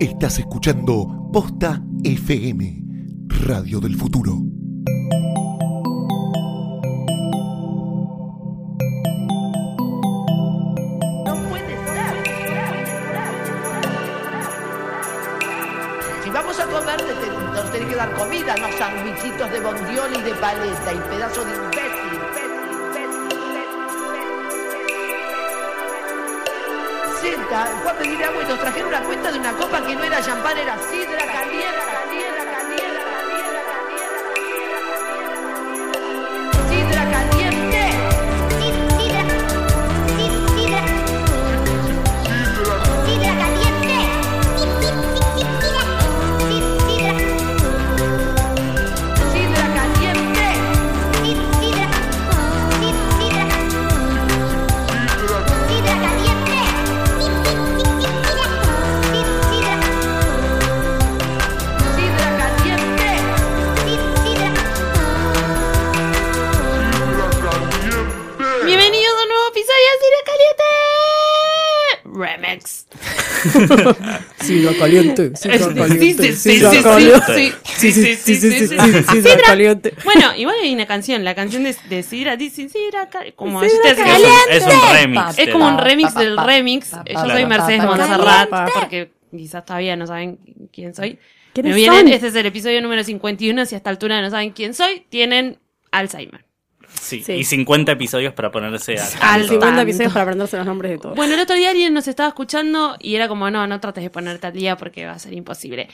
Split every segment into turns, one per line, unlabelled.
Estás escuchando Posta FM, Radio del Futuro.
No puede ser. Si vamos a comer, te- te- nos tenés que dar comida, no sandwichitos de bondiol y de paleta y pedazo de imbécil. Senta, fue a pedir agua y nos trajeron una cuenta de una copa que no era champán, era sidra caliente, caliente, caliente, caliente, caliente, caliente. Sidra caliente. Sidra caliente. Sidra caliente.
Bienvenidos a un nuevo episodio de Caliente Remix.
Sidra caliente, sidra caliente, sidra
Sí,
caliente.
sí, sí, sí, sí, sí, sí, sí, sí,
sidra
Sidra.
caliente.
Bueno, igual hay una canción, la canción de, de Sidra, dice Sidra, Cal- como
Sidra
dijiste,
Caliente.
Es un, es un remix.
es como un remix del remix.
pa,
Yo
pa,
soy
pa,
Mercedes
pa, pa,
Monserrat,
caliente.
porque quizás todavía no saben quién soy.
¿Quiénes
Me vienen,
son?
este es el episodio número 51, si a esta altura no saben quién soy, tienen Alzheimer.
Sí,
Sí.
Y 50 episodios para ponerse a.
Al
tanto.
50
tanto.
episodios para aprenderse los nombres de todos.
Bueno, el otro día alguien nos estaba escuchando y era como, no, no trates de ponerte al día porque va a ser imposible.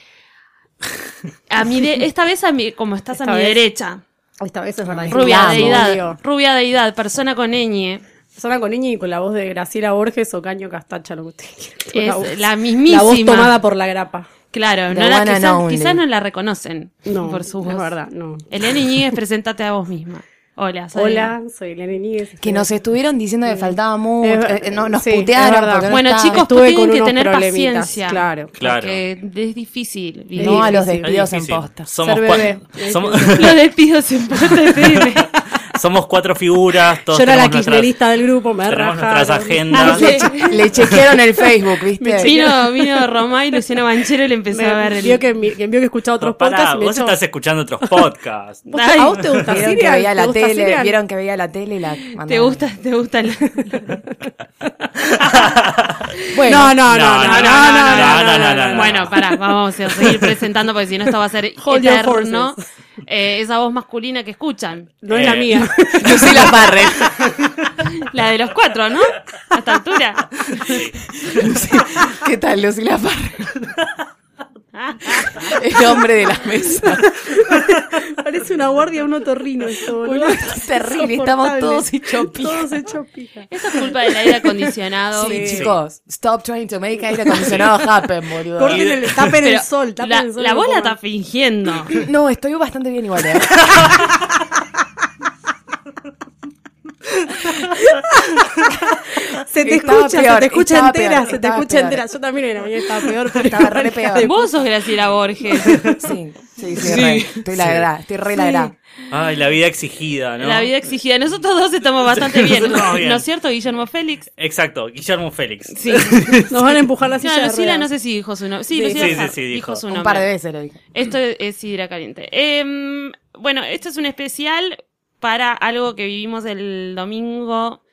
A mi de- esta vez, a mi, como estás
Esta
a mi
vez.
derecha,
Esta vez es verdad.
rubia
Vamos.
deidad, rubia deidad, persona con ñ,
Persona con niña y con la voz de Graciela Borges o Caño Castacha, lo que usted quiera. Con
es la
La voz
mismísima.
tomada por la grapa.
Claro,
The
no la,
one and
quizás,
only.
quizás no la reconocen
No,
por su voz.
es verdad, no.
Elena Iñiguez, preséntate a vos misma. Hola, soy
Hola, soy Elena Iñiguez.
Que nos estuvieron diciendo que faltaba mucho.
Es-
eh, no, nos
sí, es
putearon.
verdad.
porque no
Bueno,
estaba.
chicos,
Estuve
tienen
con
que
unos
tener
problemitas,
paciencia.
Claro.
Claro.
Porque es difícil vivir.
No a los
Sí, sí.
Es
despidos en
difícil.
posta.
Somos,
Ser
cua-
bebé.
somos,
Los despidos en posta FM.
somos cuatro figuras. Todos
Yo era la
tenemos nuestras-
kirchnerista del grupo, me
tenemos nuestras
rajaron.
agendas.
Ah,
Le chequearon el Facebook, ¿viste?
Vino, vino Romá y Luciano Banchero y le empezó a ver
Me-
el...
Vio que mi- que vio que escuchaba otros
No, pará,
podcasts y me
vos
echó.
estás escuchando otros podcasts.
¿Vos- ¿A vos te gusta
Vieron que
Serial?
veía
¿Te
la
gusta
tele,
Serial?
vieron que veía la tele y la
¿Te
mandaron.
gusta, te gusta la-
Bueno,
no,
No, no, no, no, no, no, no, no, no.
Bueno, pará, vamos a seguir presentando porque si no esto va a ser
Hold your
eterno. Eh, esa voz masculina que escuchan,
No es la
Eh,
mía.
Lucila Parre.
la de los cuatro, ¿no? A esta altura.
¿Qué tal, Lucila Parre? El hombre de la mesa.
Parece una guardia, un otorrino esto, boludo.
Es terrible, estamos todos hechos pija.
Todos hechos pija.
Eso es culpa del aire acondicionado.
Sí, chicos. Stop trying to make aire acondicionado happen, boludo.
Corten el, tapen
Pero
el sol, tapen
la,
el sol.
la
no
bola
coman.
está fingiendo.
No, estoy bastante bien igual. ¿eh?
Se te
Estaba
escucha, se
peor,
te escucha
estaba
entera,
peor,
se te
estaba
escucha
peor.
entera. Yo también en la mañana estaba peor, pero
Estaba re peor.
Vos sos Graciela Borges.
Sí, sí, sí, re. Estoy lagrada, estoy re lagrada.
Ay, la vida exigida, ¿no?
La vida exigida. Nosotros dos estamos bastante bien.
Nosotros bien.
¿No es cierto, Guillermo Félix?
Exacto, Guillermo Félix.
Sí.
Nos van a empujar la silla.
No,
de
Lucila
ruedas.
no sé si dijo su nombre. Sí,
Sí.
Lucila
Sí, sí,
Far-
sí,
dijo.
dijo.
su nombre.
Un par de veces lo dije.
Esto es sidra caliente. Em, bueno, esto es un especial para algo que vivimos el domingo,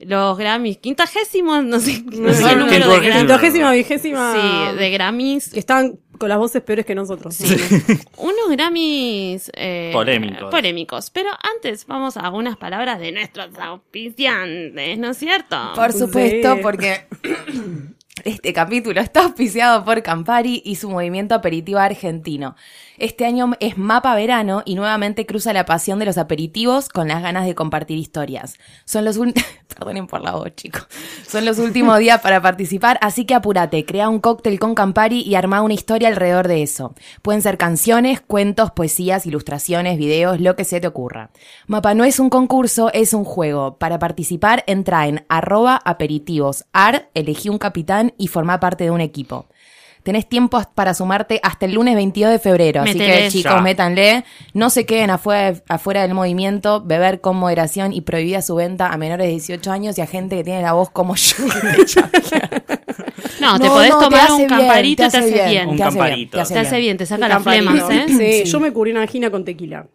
los Grammys. Quintagesimos, no sé, no sé
Sí,
el número de
quincuagésimo.
Grammys.
Quincuagésima, vigésima.
Sí, de Grammys.
Que estaban con las voces peores que nosotros.
Unos Grammys eh,
Polémicos.
polémicos. Pero antes vamos a algunas palabras de nuestros auspiciantes, ¿no es cierto?
Por
Sí.
supuesto, porque este capítulo está auspiciado por Campari y su movimiento aperitivo argentino. Este año es Mapa Verano y nuevamente cruza la pasión de los aperitivos con las ganas de compartir historias. Son los ul- Perdonen por la voz, chicos. Son los últimos días para participar, así que apúrate, crea un cóctel con Campari y arma una historia alrededor de eso. Pueden ser canciones, cuentos, poesías, ilustraciones, videos, lo que se te ocurra. Mapa no es un concurso, es un juego. Para participar, entra en arroba aperitivos, ar, elegí un capitán y formá parte de un equipo. Tenés tiempo hasta- para sumarte hasta el lunes 22 de febrero, así
Métele
que
ya.
chicos, métanle. No se queden afuera, afuera del movimiento, beber con moderación y prohibida su venta a menores de 18 años y a gente que tiene la voz como yo.
No, te
No,
podés
no, Ah, te
tomar
hace
un
bien,
camparito y te hace bien.
Un
te hace
camparito.
te hace
Te hace
bien.
bien, te saca
El
las
campanito.
flemas, ¿eh?
Sí, yo me curí una angina con tequila.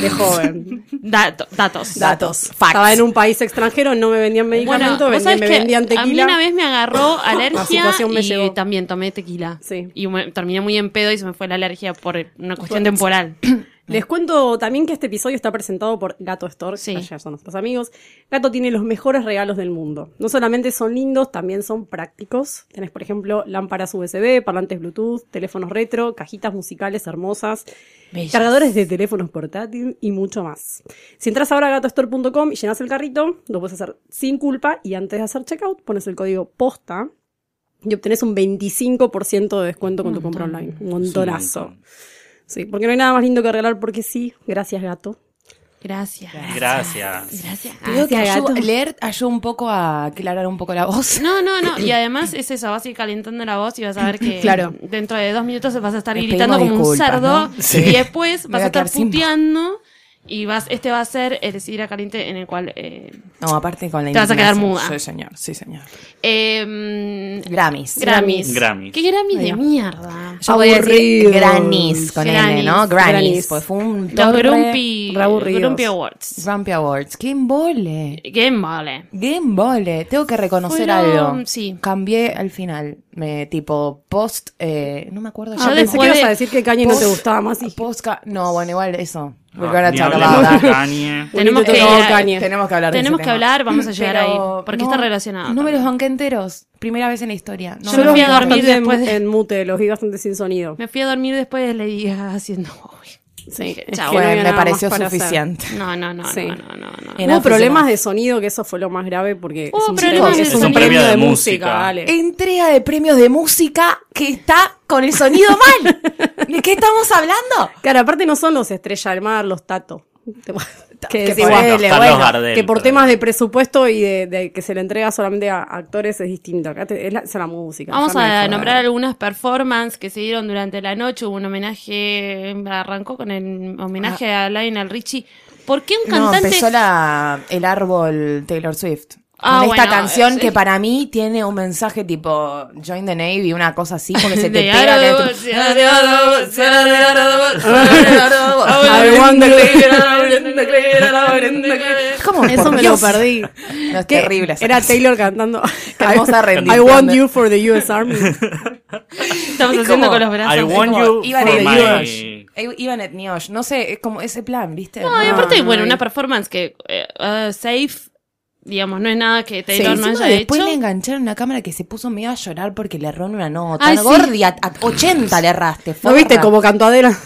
De joven.
Dato- datos.
Datos.
Facts.
Estaba en un país extranjero, no me vendían medicamentos,
vos
vendían-
sabés
me
que
vendían tequila.
A mí una vez me agarró alergia
situación me
y
llevó.
también tomé tequila.
Sí.
Y me- terminé muy en pedo y se me fue la alergia por una cuestión temporal.
Les cuento también que este episodio está presentado por Gato Store,
Sí.
que allá son nuestros amigos. Gato tiene los mejores regalos del mundo. No solamente son lindos, también son prácticos. Tenés, por ejemplo, lámparas USB, parlantes Bluetooth, teléfonos retro, cajitas musicales hermosas,
Bellas.
cargadores de teléfonos portátil y mucho más. Si entras ahora a gatostore.com y llenas el carrito, lo puedes hacer sin culpa y antes de hacer checkout pones el código POSTA y obtenés un 25% de descuento con tu compra online. Un montonazo. Sí, porque no hay nada más lindo que regalar porque sí. Gracias, gato.
Gracias.
Gracias.
Gracias.
Creo que
Gracias,
ayuda-
gato.
leer ayuda un poco a aclarar un poco la voz.
Ah. No, no, no. Y además es eso, vas a ir calentando la voz y vas a ver que
Claro.
dentro de dos minutos vas a estar
Les
gritando como
pedimos
un
disculpas,
cerdo.
¿no? Sí.
Y después
Me
vas
voy
a
a
estar
quedar sin voz.
puteando. Y vas, este va a ser el sidra caliente en el cual eh,
No, aparte con la
Te vas a quedar
indignación.
muda.
Sí, señor, sí, señor.
eh,
Grammys.
Grammys.
Grammys.
¿Qué Grammys de
Ahí va.
mierda?
Yo voy a decir
Aburridos.
Grammys con N, ¿no?
Grammys,
Grammys.
Grammys.
Pues fue un
Los
torre-
Grumpy,
re aburridos.
Grumpy Awards.
Grumpy Awards. ¡Qué embole!
Qué mole.
¡Qué embole! Tengo que reconocer
Fueron-
algo.
sí.
Cambié al final. Me, tipo, post... Eh, no me acuerdo.
Ah,
ya.
Pensé
después
que ibas
de-
a decir que Kanye no te
Post-
gustaba más. Y...
Post ca- no, bueno, igual eso.
No,
We're gonna
Ah, ni
talk
hablemos
about
de
that.
Kanye.
Tenemos
Bonito
que-
todo, Kanye.
Tenemos que hablar de
Tenemos
ese
que
tema.
hablar, vamos a llegar
Pero
ahí, porque está relacionado
Números
también.
banquenteros. Primera vez en la historia. No
Yo me fui a
banquenteros.
dormir
Bastante en-
después de-
en mute, los vi bastante sin sonido.
Me fui a dormir después de Lady Gaga haciendo. Uy,
Sí, es
Chao,
que no
Bueno,
había
me
nada más
pareció
para hacer.
suficiente.
No, no, no,
Sí.
no, no, no, no.
En
Hubo
África
problemas
más.
de sonido, que eso fue lo más grave porque
Hubo
un
problemas
premio-
de
un
sonido.
premio de música.
dale.
Entrega de premios de música que está con el sonido mal. ¿De qué estamos hablando?
Claro, aparte no son los Estrella del Mar, los Tato. Que,
Que
decís,
por-
bueno,
Bueno, Carlos
bueno,
Gardel,
que por
pero-
temas de presupuesto y de, de que se le entrega solamente a actores es distinto. Acá te- es, la, es la música.
Vamos
déjame de
a
joder.
nombrar algunas performances que se dieron durante la noche. Hubo un homenaje, arrancó con el homenaje a Lionel Richie. ¿Por qué un
Ah. No,
cantante?
empezó la, el árbol Taylor Swift.
Ah,
con esta
bueno,
canción
sí.
que para mí tiene un mensaje tipo Join the Navy, una cosa así, porque se te
De
pega. que
árbol,
tú-
de árbol, de árbol,
I
Es como,
Eso
por
me
Dios.
lo perdí.
No, es
¿Qué?
terrible. esa
Era
canción.
Taylor cantando.
Qué hermosa rendición
I want
de-
you for the US Army.
Estamos haciendo con los brazos.
I
así
want
como-
you
Iban
for
en
my-
Niosh. Iban en Niosh. No sé, es como ese plan, ¿viste?
No, y
No,
aparte,
no,
bueno,
no.
una performance que eh, eh, safe, digamos, no es nada que
Sí,
Taylor no
encima
haya
después
hecho.
le engancharon una cámara que se puso medio a llorar porque le erró en una nota.
Ay,
No,
sí.
Gordi, a, a 80 le erraste.
¿No
forra.
viste cómo cantó Adela?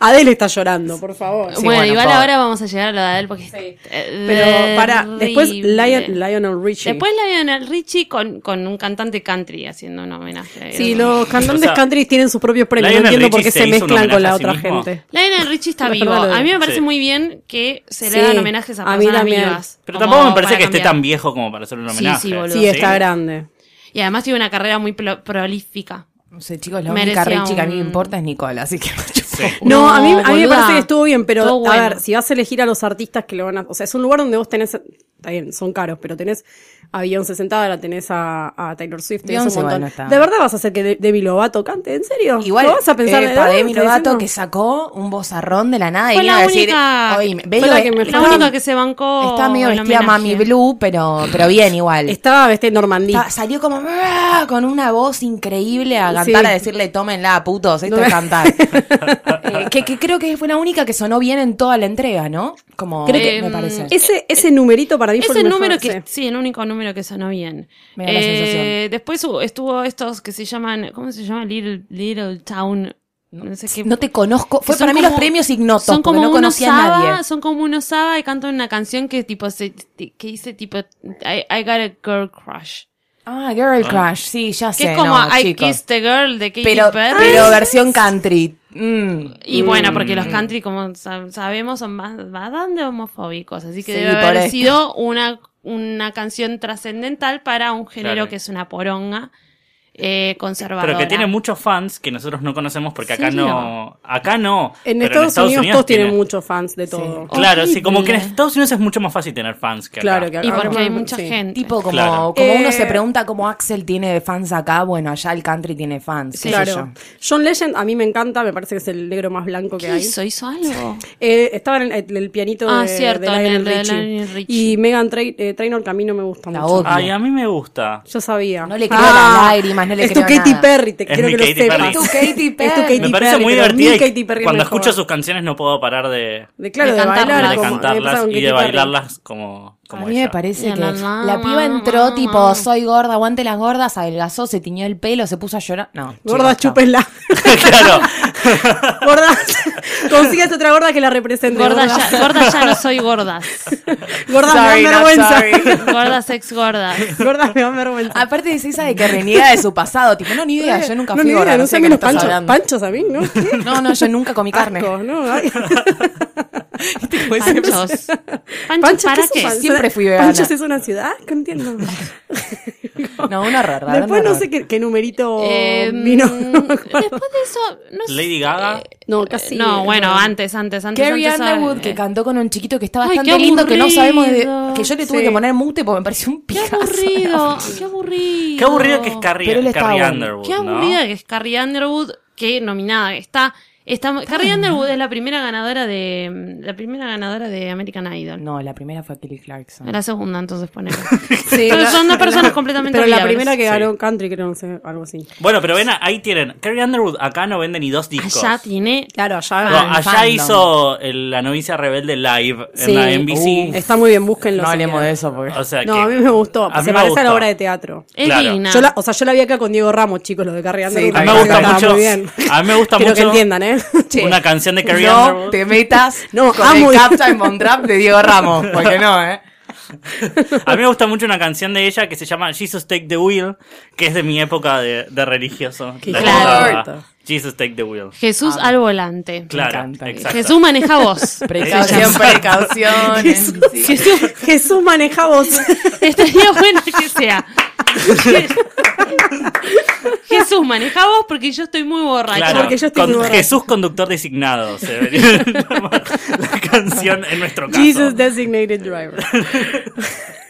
Adele está llorando, por favor.
Sí,
bueno,
bueno,
igual
todo.
ahora vamos a llegar a lo de él porque
Pero para, después Lion- Lionel Richie.
Después Lionel Richie con, con un cantante country haciendo un homenaje.
Sí,
Era-
los cantantes
Eh, O sea,
country tienen sus propios premios.
Lionel
no entiendo por
Richie
qué
se
se
hizo un
mezclan con la
homenaje a
otra
sí mismo.
gente.
Lionel Richie está
La
vivo.
verdad lo
A mí me
digo.
parece
Sí.
muy bien que se le
Sí,
hagan homenajes a
a mí
personas
también.
vivas.
Pero
como
tampoco me parece
para
que esté
cambiar.
tan viejo como para hacer un
Sí,
homenaje.
sí, boludo.
Sí, está grande.
Y además tiene una carrera muy pro- prolífica.
No sé, chicos, la
Merecía
única Richie que a mí me
un-
importa es Nicole, así que.
No, a mí, a mí me
boluda.
parece que estuvo bien, pero
Estuvo
a
bueno.
ver, si vas a elegir a los artistas que lo van a. O sea, es un lugar donde vos tenés. Está bien, son caros, pero tenés a Beyoncé sentada, la tenés a, a Taylor Swift, tenés
Beyoncé,
un montón.
bueno, está.
¿De verdad vas a hacer que De- Demi Lovato cante? ¿En serio?
Igual,
¿Lo vas a pensar
eh, para
"Ah,
Demi
está
Lovato
diciendo?"
que sacó un bozarrón de la nada y
Fue
vino
la
a decir.
única-
"Oíme,
fue
Belo-
la que me
La
Está-
única que se bancó.
Está medio
el
vestida
homenaje.
Mami Blue, pero, pero bien igual.
Estaba vestida normandí.
Está- salió como "Ah", con una voz increíble a
Sí.
cantar, a decirle, tómenla, putos, esto
No
es
me-
cantar. Eh, que, que creo que fue la única que sonó bien en toda la entrega, ¿no? Como
Creo que- mm,
me parece.
Ese, ese numerito para mí fue
Ese
el mejor,
número que, sí.
sí.
el único número que sonó bien. Eh,
Me da la sensación.
después hubo- estuvo estos que se llaman, ¿cómo se llama? Little, Little Town. No sé qué.
No te conozco. Fue
que son
para mí
como-
los premios ignotos,
Son como
porque no
unos
conocía
Saba,
a nadie.
son como unos Saba y cantan una canción que tipo se, que dice tipo I, I got a girl crush.
Ah, Girl Crush, sí, ya
Que
sé.
es como
no,
I
chicos.
kissed the girl de Katy
pero,
Perry.
pero versión country. Mm.
y bueno, porque los country, como sa- sabemos, son más- bastante homofóbicos. Así que
Sí,
debe
por
haber
esto.
sido una, una canción trascendental para un género
Claro.
que es una poronga. eh, conservadora.
Pero que tiene muchos fans que nosotros no conocemos porque acá
¿Serio?
no. Acá no.
En
pero
Estados, Unidos, todos
tiene-
tienen muchos fans de todo.
Claro, sí,
Horrible.
como que en Estados Unidos es mucho más fácil tener fans que acá.
Claro que acá.
Y porque hay
Ah,
mucha
sí.
gente.
Tipo como,
Claro.
como uno se
Eh,
pregunta cómo Axel tiene fans acá, bueno, allá el country tiene fans. qué sé
Claro.
yo.
John Legend a mí me encanta, me parece que es el negro más blanco que
¿Qué
hay.
hizo? ¿Hizo algo?
Eh, estaba en el, en el pianito
Ah,
de,
cierto,
de
en
Lionel
el de
Richie.
Lionel Richie.
Y Megan Trai- eh, Trainor que a mí no me gusta
La
mucho.
odio.
Ay, a mí me gusta.
Yo sabía. Ah,
No le creo las lágrimas, no le
es
creo
tu Katy
nada.
Perry, te
Es
quiero
mi
que lo
Katy
sepas.
Perry. Es tu
Katy
Es tu
Perry.
Katy
Me parece
Perry,
muy
pero
divertida
mi
y
Katy Perry es
cuando
mejor.
escucho sus canciones no puedo parar de,
De claro,
De
de,
cantarlas.
bailar,
de
como- a mí me pasa
cantarlas
con
y de
Katy Perry.
bailarlas como, como
a mí me
ella.
parece
La,
que
la,
la,
la, la,
piba
la,
entró
la,
tipo,
la.
soy gorda, aguante las gordas, adelgazó, se tiñó el pelo, se puso a llorar. No.
Gorda,
chicos,
chúpenla.
claro.
gorda, consíguete otra gorda que la represente.
Gorda ya, gorda ya no soy gordas.
Gordas
Sorry,
me dan
not
vergüenza.
sorry.
Gordas ex gordas.
Gordas me dan
no.
vergüenza.
Aparte es esa de que reniega de su pasado, tipo, no, ni idea, ah, yo nunca
Eh, no,
fui
ni
gorda.
idea,
no
no
sé
sé
de qué me
menos
estás
panchos.
hablando.
Panchos a mí, ¿no? ¿Qué?
No, no, yo nunca comí carne.
Asco, no, ay. Pues
Panchos. Panchos,
Panchos,
¿para
es un
qué?
pan-
Siempre
una-
fui vegana.
Panchos es una ciudad, que entiendo.
No, un horror. la verdad,
Después
un
no
horror.
sé qué, qué numerito
Eh,
vino.
mm, después de eso, no sé.
Lady Gaga.
Ah, no, casi.
no, bueno, antes, antes, antes.
Carrie
antes,
Underwood,
eh,
que cantó con un chiquito que está
Ay,
bastante
qué
lindo, que no sabemos de,
aburrido.
que yo le tuve
Sí.
que poner mute porque me pareció un
Qué
pijazo.
aburrido, qué aburrido.
Qué aburrido que es Carrie,
Pero él estaba
Carrie
bueno.
Underwood,
Qué
¿no?
aburrida que es Carrie Underwood, que nominada está. está Carrie Underwood es la primera ganadora de la primera ganadora de American Idol.
No, la primera fue Kelly Clarkson.
La segunda, entonces ponemos.
Sí,
Pero
la-
son dos personas
la-
completamente
Pero la
odiables.
primera que
Sí.
ganó country, creo, no sé, algo así.
Bueno, pero ven, ahí tienen. Carrie Underwood acá no vende ni dos discos.
Allá Ah, tiene.
Claro,
No,
allá.
Ah,
allá
fandom.
hizo el- la novicia rebelde live
Sí.
en la NBC.
Está muy bien, búsquenlo.
No
si
hablemos
quieren.
de eso porque...
O sea
No,
que-
a mí me gustó.
a mí me
se parece a la
gustó.
obra de teatro.
Es
Claro.
digna.
Yo la- o sea, yo la vi acá con Diego Ramos, chicos, los de Carrie Underwood.
a mí
Ay,
me gusta
Estaba
mucho.
muy bien.
A mí me gusta
Quiero que
mucho
entiendan, ¿eh?
una canción de Carrie
No
Underwood.
te metas
No,
con
amo-
el Captain Von Trap de Diego Ramos, porque no, ¿eh?
A mí me gusta mucho una canción de ella que se llama Jesus Take the Wheel, que es de mi época de, de religioso.
Qué
La
claro.
cantaba, Jesus Take the Wheel.
Jesús al volante.
Ah. Claro,
encanta.
exacto.
Jesús maneja vos.
Precaución, precaución.
Jesús.
Sí.
Jesús,
Jesús maneja voz.
estaría bueno que sea. Jesús maneja vos porque yo estoy muy borracha.
Claro,
porque yo estoy
con
muy borracha.
Jesús conductor designado. Se debería llamar la canción en nuestro caso.
Jesus Designated Driver.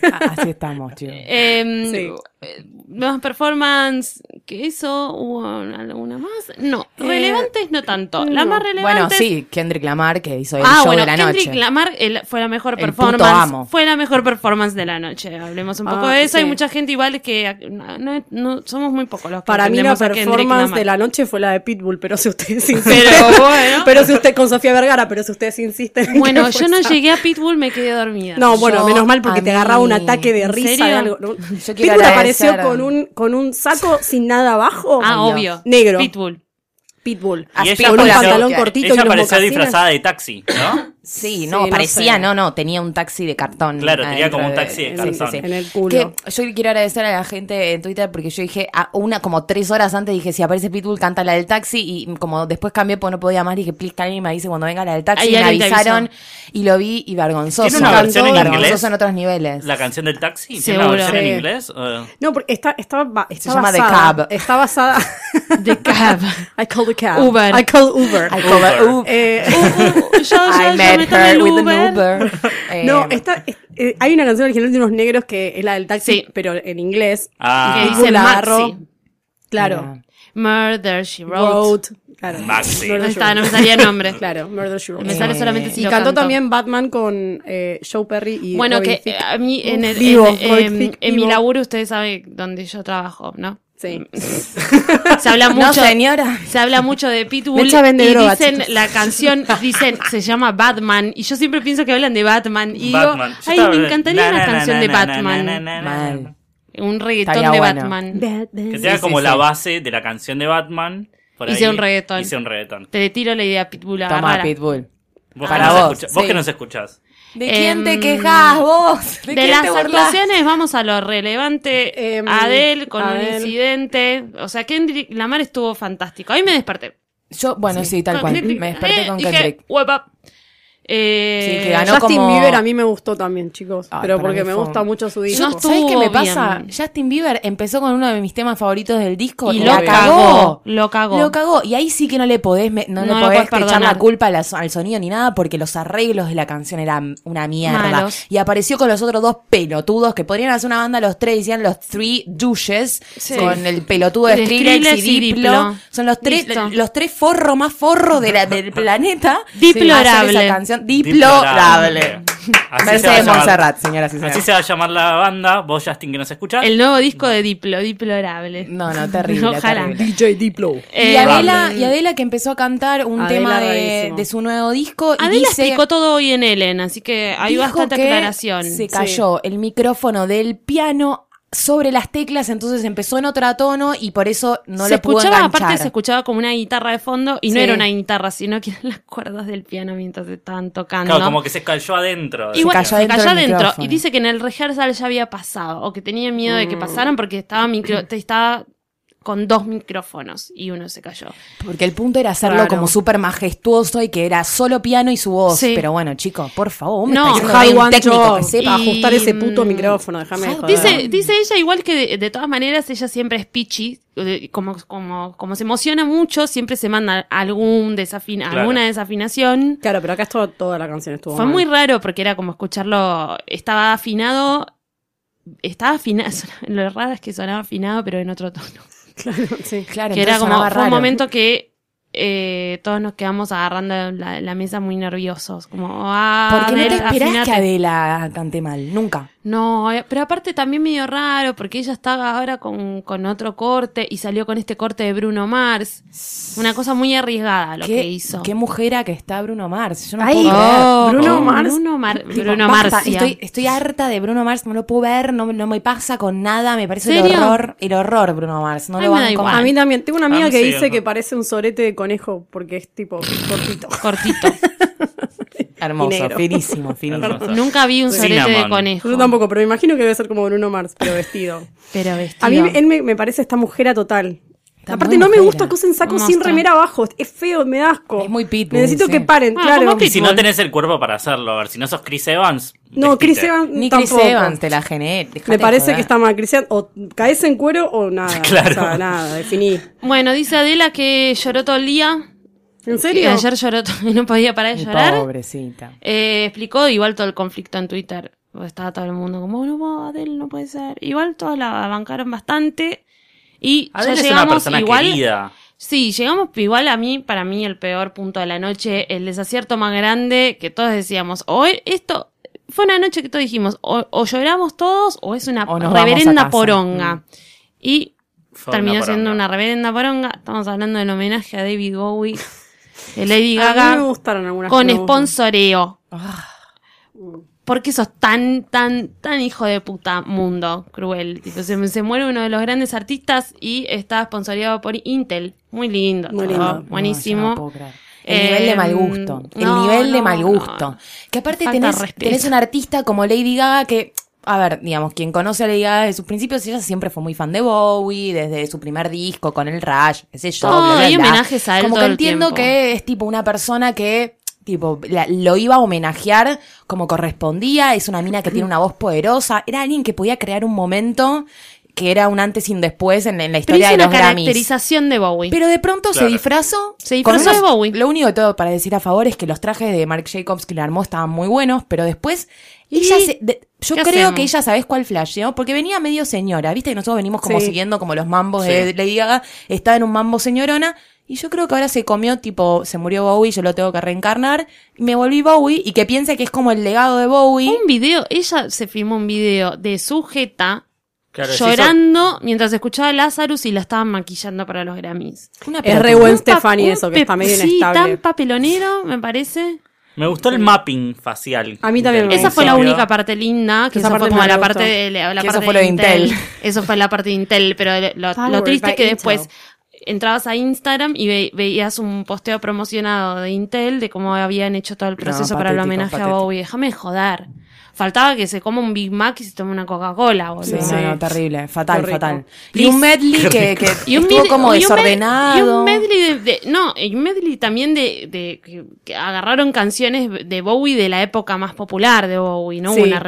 Así estamos, chicos.
Em,
Sí.
eh, Más performance que eso, hubo alguna más. No, relevantes no tanto. La más relevante.
Bueno, sí, Kendrick Lamar que hizo el
Ah,
show
bueno,
de la
Kendrick
noche.
Lamar el- fue la mejor
El puto
performance.
amo.
Fue la mejor performance de la noche. Hablemos un poco
Ah,
de eso. Hay
sí.
mucha gente igual que ah, no, no- no- somos muy pocos los que
Para mí la
entendemos a Kendrick
performance
Lamar.
de la noche fue la de Pitbull, pero si ustedes insisten.
Pero bueno.
Pero si usted con Sofía Vergara, pero si ustedes insisten. en que
Bueno,
fue
yo no
esa.
llegué a Pitbull, me quedé dormida.
No, bueno,
Yo,
menos mal porque
a
te agarraba un
mí-
ataque de
¿En
risa
serio?
de algo. No.
Yo quiero
Pitbull
agradecer
apareció
a-
con un con un saco sin nada abajo.
ah,
Dios.
obvio.
Negro.
Pitbull.
Pitbull.
Ah,
Y ella
Con un
apareció-
pantalón
cortito y Mm,
ella
unos
apareció
mocasines.
disfrazada de taxi, ¿no?
Sí,
Sí,
no,
no
parecía,
sé.
no, no, tenía un taxi de cartón.
Claro, tenía
adentro
como un taxi de
sí,
cartón.
sí, sí.
En el culo.
Que yo quiero agradecer a la gente en Twitter porque yo dije, a una como tres horas antes dije, si aparece Pitbull, canta la del taxi. Y como después cambié porque no podía más, dije, please, que alguien me dice cuando venga la del taxi.
Ahí
y me
alguien te avisó.
avisaron y lo vi y vergonzoso.
¿Tiene una
versión en
vergonzoso
inglés?
en otros niveles.
La canción del taxi. ¿Tiene
Seguro.
una versión en
Sí.
inglés? Eh,
No, porque está, está, ba- está
llama The
basada.
Cab.
Está basada.
De cab.
I call the cab.
Uber.
I call Uber.
I call her
Uber.
Uber.
Eh,
Uh, uh, yo, yo,
I
yo me
met
tomé el
her with
Uber.
an Uber. Eh,
no, está, es- eh, hay una canción original de unos negros que es la del taxi,
Sí.
pero en inglés.
Ah.
Que
Pitbull
dice
la
Maxi.
agarró. Claro.
mira.
Murder, she wrote.
Road. Claro.
Maxi.
Murder,
No
She
está,
Wrote.
no me salía el nombre.
Claro, Murder She Wrote. Eh,
Me sale solamente si
Y
lo
cantó
canto.
también Batman con eh, Joe Perry y
Bueno,
Robin
que
Thicke.
eh, a mí en, el,
Vivo,
en-
Robin
em,
Thicke,
en mi
vivo.
laburo ustedes saben dónde yo trabajo, ¿no?
Sí.
Se habla mucho.
No, señora.
Se habla mucho de Pitbull
Mecha vende
y
droga,
dicen
chicos.
la canción, dicen, se llama Batman y yo siempre pienso que hablan de Batman y
Batman. Yo
digo, ay,
estaba-
me encantaría
na,
una
na, na,
canción
na,
de
na, na,
Batman,
na, na, na, na, na.
Mal.
un reggaetón
Estaría
de
bueno.
Batman.
Que sea
sí,
como
sí,
la
sí.
base de la canción de Batman. por
Hice
ahí,
un reggaetón.
Hice un reggaetón.
Te tiro la idea Pitbull
Toma,
agárrala.
Pitbull.
Vos,
Para
que, nos
vos,
escucha- vos
sí.
que nos escuchás.
¿De
quién
quién
te
te
quejas
quejas vos?
De las actuaciones vamos a lo relevante.
Em,
Adele con un
Adele.
incidente. O sea, Kendrick Lamar estuvo fantástico. Ahí me desperté.
Yo, bueno, sí, tal
Con
cual.
Kendrick.
Me desperté
Eh,
con
dije,
Kendrick.
"Uepa". Eh,
Sí, que ganó.
Justin
como-
Bieber a mí me gustó también, chicos.
Ay,
pero
para
porque
mí
me
fue un-
gusta mucho su disco.
No
¿Sabes qué me
estuvo
pasa?
bien.
Justin Bieber empezó con uno de mis temas favoritos del disco
Y
y
lo
la
cagó,
cagó.
lo cagó.
Lo cagó. Y ahí sí que no le podés, me- no, le
No lo
podés
podés
echar la
perdonar.
culpa a la so- al sonido ni nada porque los arreglos de la canción eran una mierda.
Malos.
Y apareció con los otros dos pelotudos que podrían hacer una banda los tres, decían los Three Douches
Sí.
con el pelotudo de
De
Skrillex,
Skrillex
y
y
Diplo.
Diplo.
Son los tres,
Listo.
los tres forros más forros de la- del planeta.
Diplorable.
Hacen esa canción. Diplorable.
Así se va a
Mercedes
llamar-
Montserrat, señoras y señores.
Así se va a llamar la banda. Vos, Justin, que nos escuchás.
El nuevo disco de Diplo, Diplorable.
No, no, terrible.
Ojalá.
terrible.
DJ Diplo.
Y
Eh,
Adela, y Adela que empezó a cantar un
Adela
tema de,
rarísimo.
de su nuevo disco. Y
Adela
dice,
explicó todo hoy en Ellen, así que hay
dijo
bastante
que
aclaración.
Se cayó el micrófono del piano sobre las teclas, entonces empezó en otra tono y por eso no
se
lo pudo
escuchaba,
enganchar.
aparte se escuchaba como una guitarra de fondo y no
Sí.
era una guitarra, sino que eran las cuerdas del piano mientras estaban tocando.
Claro, como que se cayó adentro.
Igual,
cayó
se
adentro
cayó
del
adentro
micrófono.
y dice que en el rehearsal ya había pasado o que tenía miedo de que
Mm.
pasaran porque estaba micro, te- estaba con dos micrófonos y uno se cayó.
Porque el punto era hacerlo
Raro.
como súper majestuoso y que era solo piano y su voz.
Sí.
Pero bueno, chicos, por favor, me
No,
está diciendo
How
bien
one
técnico
job.
que sepa.
Y-
Ajustar ese puto micrófono, déjame de joder.
Dice, dice ella igual que de, de todas maneras ella siempre es pichi, eh, como, como, como se emociona mucho, siempre se manda algún desafin
Claro.
alguna desafinación.
Claro, pero acá estuvo toda la canción estuvo
Fue
mal.
muy raro porque era como escucharlo, estaba afinado, estaba afinado, lo raro es que sonaba afinado pero en otro tono.
Claro, sí.
Claro,
que era
entonces
como
sonaba
fue un
raro.
momento que eh, todos nos quedamos agarrando la, la mesa muy nerviosos como ah
Porque no te
Adela,
esperás que
afinate".
Adela cante mal, nunca.
no eh, pero aparte también medio raro porque ella estaba ahora con, con otro corte y salió con este corte de Bruno Mars una cosa muy arriesgada lo que hizo
Qué mujera que está Bruno Mars. Yo no
Ay,
puedo creer.
Oh, Bruno
con
Mars.
Bruno, Mar-
Tipo,
Bruno
basta,
Marcia.
Estoy, estoy harta de Bruno Mars, no lo puedo ver, no, no me pasa con nada, me parece el
¿Serio?
horror, el horror Bruno Mars, no
Ay,
lo
me da
banco
igual.
más.
A mí también. Tengo una amiga
Ah,
que
sí,
dice
ajá.
que parece un sorete de conejo porque es tipo cortito.
cortito
Y
Hermoso,
negro.
finísimo, finísimo.
Hermoso.
nunca vi un
Sí.
sorete de
Cinnamon.
conejo
Yo tampoco, pero me imagino que debe ser como Bruno Mars, pero vestido.
pero vestido
A mí él me, me parece esta mujera total.
Está
Aparte,
muy
no me
mujera.
gusta que usen saco
Un
sin
monstruo.
remera abajo. Es feo, me da asco.
Es muy pitbull,
Necesito
sí.
que paren,
Ah,
claro.
como
Y si no
Pitbull.
tenés el cuerpo para hacerlo, a ver, si no sos Chris Evans.
No,
vestite.
Chris Evans
Ni Chris
tampoco.
Evans te la generé.
Me parece que está mal. Chris Evans, o caes en cuero o nada.
Claro.
O sea, nada, definí.
bueno dice Adela que lloró todo el día
¿En
Y
serio?
ayer lloró todo- y no podía parar de llorar.
Pobrecita.
Eh, explicó igual todo el conflicto en Twitter. porque Estaba todo el mundo como, no, no, Adel, no puede ser. Igual todos la bancaron bastante. Y
Adele
ya
es una
llegamos
persona
igual.
querida.
Sí, llegamos igual a mí, para mí el peor punto de la noche, el desacierto más grande que todos decíamos, o e- esto fue una noche que todos dijimos, o, o lloramos todos o es una
O nos vamos a
reverenda
casa. Mm.
poronga. Y
Fue
terminó
una
siendo
poronga.
una reverenda poronga. Estamos hablando del homenaje a David Bowie, de Lady
A mí me
Gaga,
gustaron algunas
con
que no-
sponsoreo.
Ah.
Porque sos tan, tan, tan hijo de puta mundo cruel. Tipo, se, se muere uno de los grandes artistas y está sponsoreado por Intel. Muy lindo.
Muy
todo,
lindo.
Buenísimo.
El nivel de
Eh,
mal gusto. El
no,
nivel de
no,
mal
no,
gusto.
no.
Que aparte
Falta
tenés,
respeto.
tenés una artista como Lady Gaga que, a ver, digamos, quien conoce a Lady Gaga de sus principios, ella siempre fue muy fan de Bowie, desde su primer disco con el Rush, qué sé yo.
Todo,
bla, bla,
hay
bla.
homenajes a él
Como
todo
que
el
entiendo
tiempo.
que es tipo una persona que tipo la- lo iba a homenajear como correspondía, es una mina que tiene una voz poderosa, era alguien que podía crear un momento que era un antes y un después en, en la
Pero
historia
hizo
de
una
los Grammys.
caracterización de Bowie.
Pero de pronto
Claro.
se disfrazó.
Se disfrazó
con
de Bowie.
Lo único de todo para decir a favor es que los trajes de Marc Jacobs que le armó estaban muy buenos, pero después ella se- de- yo
¿Qué
creo
hacemos?
que ella sabes cuál flasheó, porque venía medio señora, viste que nosotros venimos como
Sí.
siguiendo como los mambos
Sí.
de Lady Gaga, estaba en un mambo señorona y yo creo que ahora se comió tipo se murió Bowie, yo lo tengo que reencarnar, y me volví Bowie y que piensa que es como el legado de Bowie.
un video, ella se filmó un video de su jeta
Claro, se hizo-
llorando mientras escuchaba a Lazarus y la estaban maquillando para los Grammys.
Una
Es re
pelotuda.
Gwen
Un pa-
Stefani
un
eso, que
pe-
está medio
sí,
inestable.
tan papelonero, me parece.
Me gustó el mapping facial.
A mí también me
Esa
Buenísimo.
fue la
Principio.
única parte linda, que
Esa
esa
parte
fue como
me
la
gustó.
parte de la, la
Que eso
parte
fue
de
lo de
Intel.
Intel.
Eso fue la parte de Intel, pero lo, lo
Powered
triste
by
es que después
Intel.
entrabas a Instagram y ve- veías un posteo promocionado de Intel de cómo habían hecho todo el proceso para el
patético,
homenaje a
patético.
Bowie. Déjame de joder. faltaba que se coma un Big Mac y se tome una Coca-Cola, boludo.
Sí,
Sí.
no, no, terrible, fatal,
Qué rico.
fatal.
Liz.
Y un medley que, que estuvo
med- y
como
un med-
desordenado.
Y un medley de, de- no, y un medley también de, de- que, que agarraron canciones de Bowie de la época más popular de Bowie, ¿no?
Sí.
Hubo una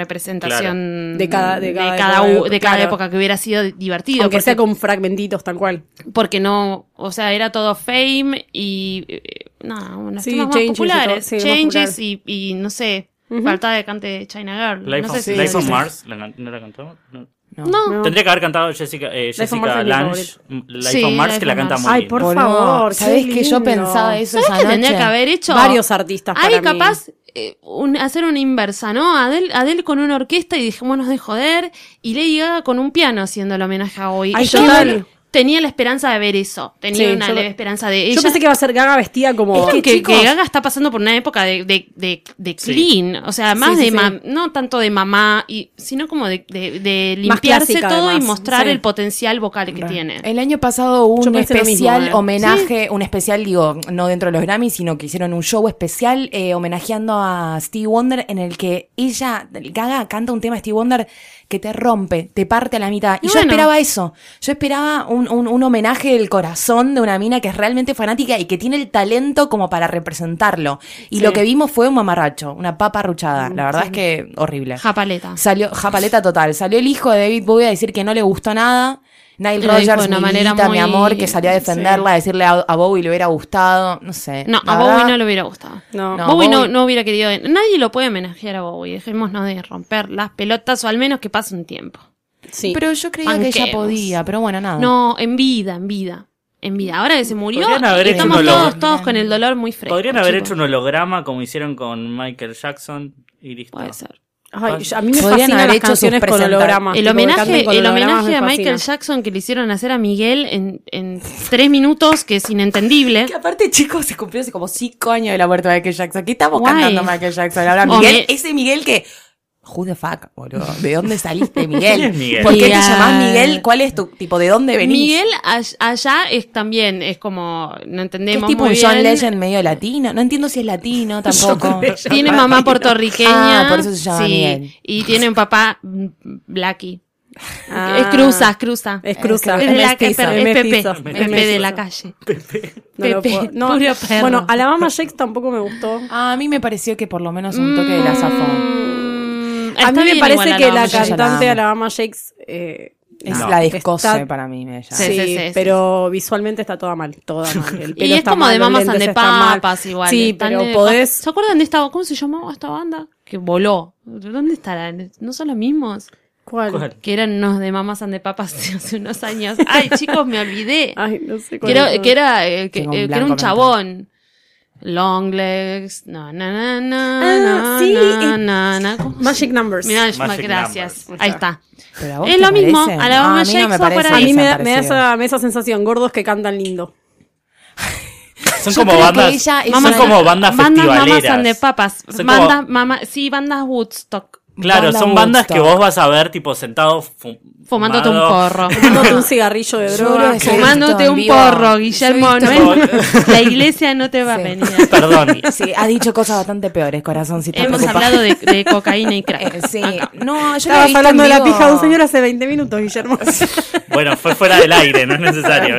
representación
De cada- de cada
u-
época,
de cada
claro.
época que hubiera sido divertido.
Aunque
porque-
sea con fragmentitos, tal cual.
porque no, o sea, era todo fame y eh, nada, unos
Sí,
temas más
changes y
populares,
todo, sí, más
changes y, y no sé,
Ujú.
faltaba de cante de China Girl,
Life,
no
on,
sé si
Life
sí,
on
sí.
Mars, ¿la can- ¿no la cantó? No.
no,
No.
Tendría que haber cantado Jessica, eh,
on Mars
Jessica
es mi
Lange,
favorito.
mm, Life
Sí,
on Mars,
Life
que la
on
canta
Mars.
muy
Ay,
bien.
por
Boludo,
favor,
¿sabés
qué
que yo
lindo?
pensaba eso
¿sabes
esa
qué tendría
noche?
que haber hecho?
Varios artistas
Hay
para mí.
capaz eh, un- hacer una inversa, ¿no? Adel, Adel con una orquesta y dejémonos de joder y Lady Gaga con un piano haciendo el homenaje a hoy.
Ay,
yo
qué
ten-
mal.
tenía la esperanza de ver eso, tenía
Sí,
una
yo-
leve esperanza de ella.
Yo pensé que iba a ser Gaga vestida como.
Es que, que
chicos-
Gaga está pasando por una época de, de, de, de
Sí.
clean, o sea, más
Sí, sí,
de
sí.
ma- no tanto de mamá, y, sino como de, de- de
Más
limpiarse
clásica,
todo
además,
y mostrar
sí. Eh,
el potencial vocal que tiene.
El año pasado hubo
Yo
un
pensé lo
especial
mismo, ¿eh?
homenaje, un especial, digo, no dentro de los Grammys, sino que hicieron un show especial eh, homenajeando a Stevie Wonder en el que ella, Gaga, canta un tema de Stevie Wonder que te rompe, te parte a la mitad. Y
Y
yo
bueno.
esperaba eso. Yo esperaba un, un- un homenaje del corazón de una mina que es realmente fanática y que tiene el talento como para representarlo. Y lo que vimos fue un mamarracho, una papa arruchada.
Mm,
La verdad es que horrible.
Japaleta.
Salió japaleta total. Salió el hijo de David Bowie a decir que no le gustó nada. Nile
Lo dijo
Rogers,
de una
mi
manera
guita, mi
muy-
amor, que salió a defenderla, a decirle a, a Bowie le hubiera gustado. No sé.
No,
La
a Bowie
verdad,
no le hubiera gustado.
No.
No,
Bowie, No,
Bowie-
no hubiera querido. Nadie lo puede homenajear a Bowie. Dejémonos de romper las pelotas o al menos que pase un tiempo.
Sí.
Pero yo creía que ella
Banquemos.
podía, pero bueno, nada.
No, en vida, en vida. En vida. Ahora que se murió,
Podrían haber hecho
estamos
un
todos,
holograma.
todos con el dolor muy fresco.
Podrían haber
chicos.
hecho un holograma como hicieron con Michael Jackson y listo.
Puede ser.
Ay, yo- a mí me
Podrían
fascinan
haber
las
hecho sus
canciones con
presenta-
hologramas.
El
Ah, tipo, que canten
homenaje,
con
el
hologramas
homenaje
me
a Michael
fascina.
Jackson que le hicieron hacer a Miguel en, en tres minutos, que es inentendible.
Que aparte, chicos, se cumplió hace como cinco años de la muerte de Michael Jackson. ¿Qué estamos
Guay.
cantando Michael Jackson? Ahora,
O
Miguel,
mi-
ese Miguel que. Who the fuck, boludo? ¿De dónde saliste,
¿Quién
Miguel?
es Miguel?
¿Por qué te
Miguel.
llamás Miguel? ¿Cuál es tu tipo? ¿De dónde venís?
Miguel all- allá es también, es como, no
Que es
entendemos
tipo
muy
un John
bien.
Legend medio latino. No entiendo si es latino tampoco.
Tiene mamá puertorriqueña.
Ah, por eso se llama
sí,
Miguel.
Y tiene un papá mm, blacky.
Ah.
Es cruza, es cruza.
Es cruza.
Es de la-
mestizo,
es Pepe,
mestizo,
es
es
Pepe de
mestizo.
la calle.
No lo
Pepe,
puedo- no.
puro perro. Ah,
Bueno, Alabama Shakes tampoco me gustó.
Ah, A mí me pareció que por lo menos un toque de la zafón.
Mm,
a
está
mí me
bien
parece
igual
que
Alabama
la
Shakes.
Shakes.
cantante de
Yo la amo.
Alabama Shakes. eh,
Es
no,
la descose
está-
para mí, ella.
Sí,
Sí, sí, sí,
pero visualmente está toda mal, toda mal. El pelo
Y es
está
como
mal,
de
los
mamas and
lentes
de
están mal.
papas igual.
Sí,
están
pero
de-
podés
¿Se acuerdan de esta, cómo se llamaba esta banda? Que voló. ¿Dónde estarán? ¿No son los mismos?
¿Cuál?
¿Cuál?
Que eran unos de mamas and de papas de hace unos años. Ay, chicos, me olvidé.
Ay, no sé
que
cuál.
era,
es.
que era, eh, que,
Tengo un
eh, que era
blanco
un
mental.
chabón. Long legs, na na na na
Ah,
na
sí,
na
eh,
na na. ¿Cómo se
Magic Numbers.
Mirá,
Magic
gracias.
Numbers.
Ahí está.
Pero a vos
Es
te
lo mismo,
parece.
Alabama
Ah, a mí no
Shakes
me
va
parece
por
a
ahí.
mí me da, me da
desaparecido.
esa, me da esa sensación, gordos que cantan lindo.
Son
Yo
como
creo que
bandas,
ella es
son
una-
como bandas
Bandas mamas and de
festivaleras.
papas.
Son como-
Bandas, mama- sí, bandas Woodstock.
Claro,
Banda
son bandas que
Woodstock.
vos vas a ver tipo sentado fu-
Fumándote un
fumado.
porro.
Fumándote un cigarrillo de
Yo creo
droga.
que sí.
Fumándote
en
un
vivo.
porro, Guillermo.
Yo he
no
visto-
es- la iglesia no te va a
Sí.
venir.
Perdón.
Sí, ha dicho cosas bastante peores, corazón, si te
Hemos
preocupa.
hablado de, de cocaína y crack.
Eh, sí. No, yo la he
Estabas
visto
hablando de
en
la
vivo.
pija de un señor hace 20 minutos, Guillermo.
Bueno, fue fuera del aire, no es necesario.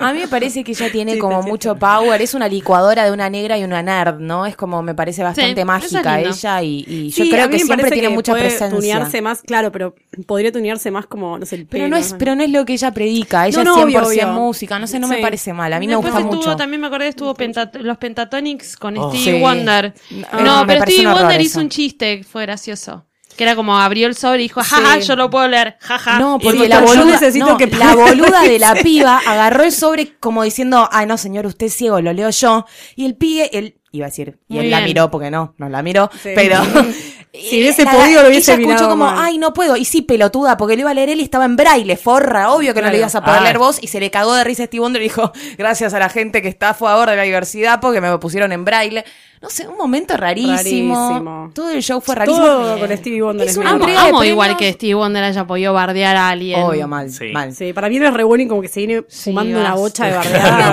A mí me parece que ella tiene
Sí,
como
sí, sí.
mucho power. Es una licuadora de una negra y una nerd, ¿no? Es como, me parece bastante
eso es
mágica
lindo.
ella y, y yo
Sí, a
creo
mí
que
me
siempre
parece
tiene
que
mucha
puede
presencia.
Tunearse más, claro, pero podría tunearse más como, no sé, el
Pero no,
pelo,
es, pero no es lo que ella predica. Ella
No, no,
es 100%
obvio, obvio.
música. No sé, no me
Sí.
parece mal. A mí
Después
me gusta
estuvo,
mucho.
también me acordé, estuvo Pentat- los Pentatonics con
Oh.
Stevie
Sí.
Wonder.
Ah,
No,
me
pero
parece
Stevie
un horror
Wonder
eso.
hizo un chiste, que fue gracioso. Que era como abrió el sobre y dijo, jaja, yo lo puedo leer, jaja.
No,
Y
porque
dijo,
la
yo
boluda,
necesito
no,
que-
la boluda de la piba agarró el sobre como diciendo, ay no señor, usted es ciego, lo leo yo. Y el pibe, él iba a decir, y
Muy
él la
bien.
miró porque no, no la miró,
Sí.
pero...
Si hubiese
La-
podido, lo hubiese
Ella escuchó
mirado
como,
mal.
ay no puedo, y sí pelotuda, porque lo iba a leer él y estaba en braille, forra, obvio que no
Claro.
le ibas a poder
Ah.
leer vos, y se le cagó de risa a Steve Wonder y dijo, gracias a la gente que está a favor de la diversidad porque me pusieron en braille. No sé, un momento rarísimo.
Rarísimo.
Todo el show fue rarísimo.
Todo con Stevie Wonder.
Es
es
una
medio
Amo,
entrega
raro.
de
amo
premios.
igual que Steve Wonder haya podido bardear a alguien.
Obvio, mal,
Sí.
mal.
Sí, para mí no es re bueno y como que se viene
Sí,
fumando una
basta.
bocha de
Una
bardeadas.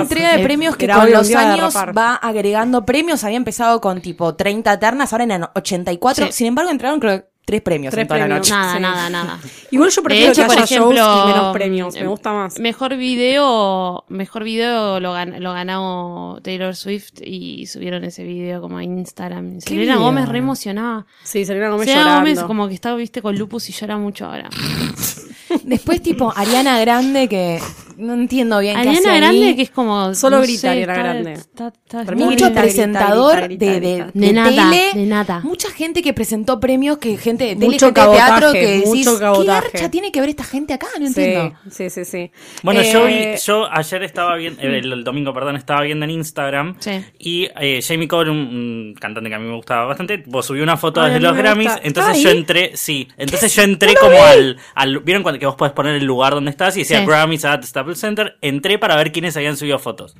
entrega de
Eh,
premios que
era
con
obvio,
los
un día de
años
rapar.
va agregando premios. Había empezado con tipo 30 ternas, ahora eran 84.
Sí.
Sin embargo, entraron creo tres premios
Tres
en toda la
premios.
noche.
Nada,
Sí.
nada, nada.
Igual yo
De
prefiero
hecho,
que
por
haya shows
ejemplo, em,
y menos premios. Me gusta más.
Mejor video, mejor video lo, gan- lo ganó Taylor Swift y subieron ese video como a Instagram. Selena
video?
Gómez re emocionada.
Sí, Selena Gómez
Selena Gómez
llorando.
como que está, viste, con lupus y llora mucho ahora.
Después, tipo, Ariana Grande, que no entiendo bien qué hace
Ariana
ahí.
Grande que es como...
Solo
no
grita
sé,
Ariana
está-
Grande.
está- está-
Para mí
está-
Mucho
grita,
presentador
grita, grita,
de, de-
grita.
de
De nada,
tele.
de nada.
Mucha gente que presentó premios, que gente de tele,
Mucho
gente de teatro,
cabotaje,
que decís,
mucho
¿qué
cabotaje".
garcha tiene que ver esta gente acá? No
Sí,
entiendo.
sí, sí, sí.
Bueno,
Eh,
yo, vi- yo ayer estaba viendo, el, el domingo, perdón, estaba viendo en Instagram
Sí.
y eh, Jamie Cole, un, un cantante que a mí me gustaba bastante, pues, subió una foto
Ay, a
desde
mí
los
me
Grammys,
gusta.
entonces
¿Está
yo
ahí?
entré, sí, entonces yo entré como al, al- ¿vieron cuando que vos podés poner el lugar donde estás? Y decía
Sí.
Grammys at Staples Center, entré para ver quiénes habían subido fotos.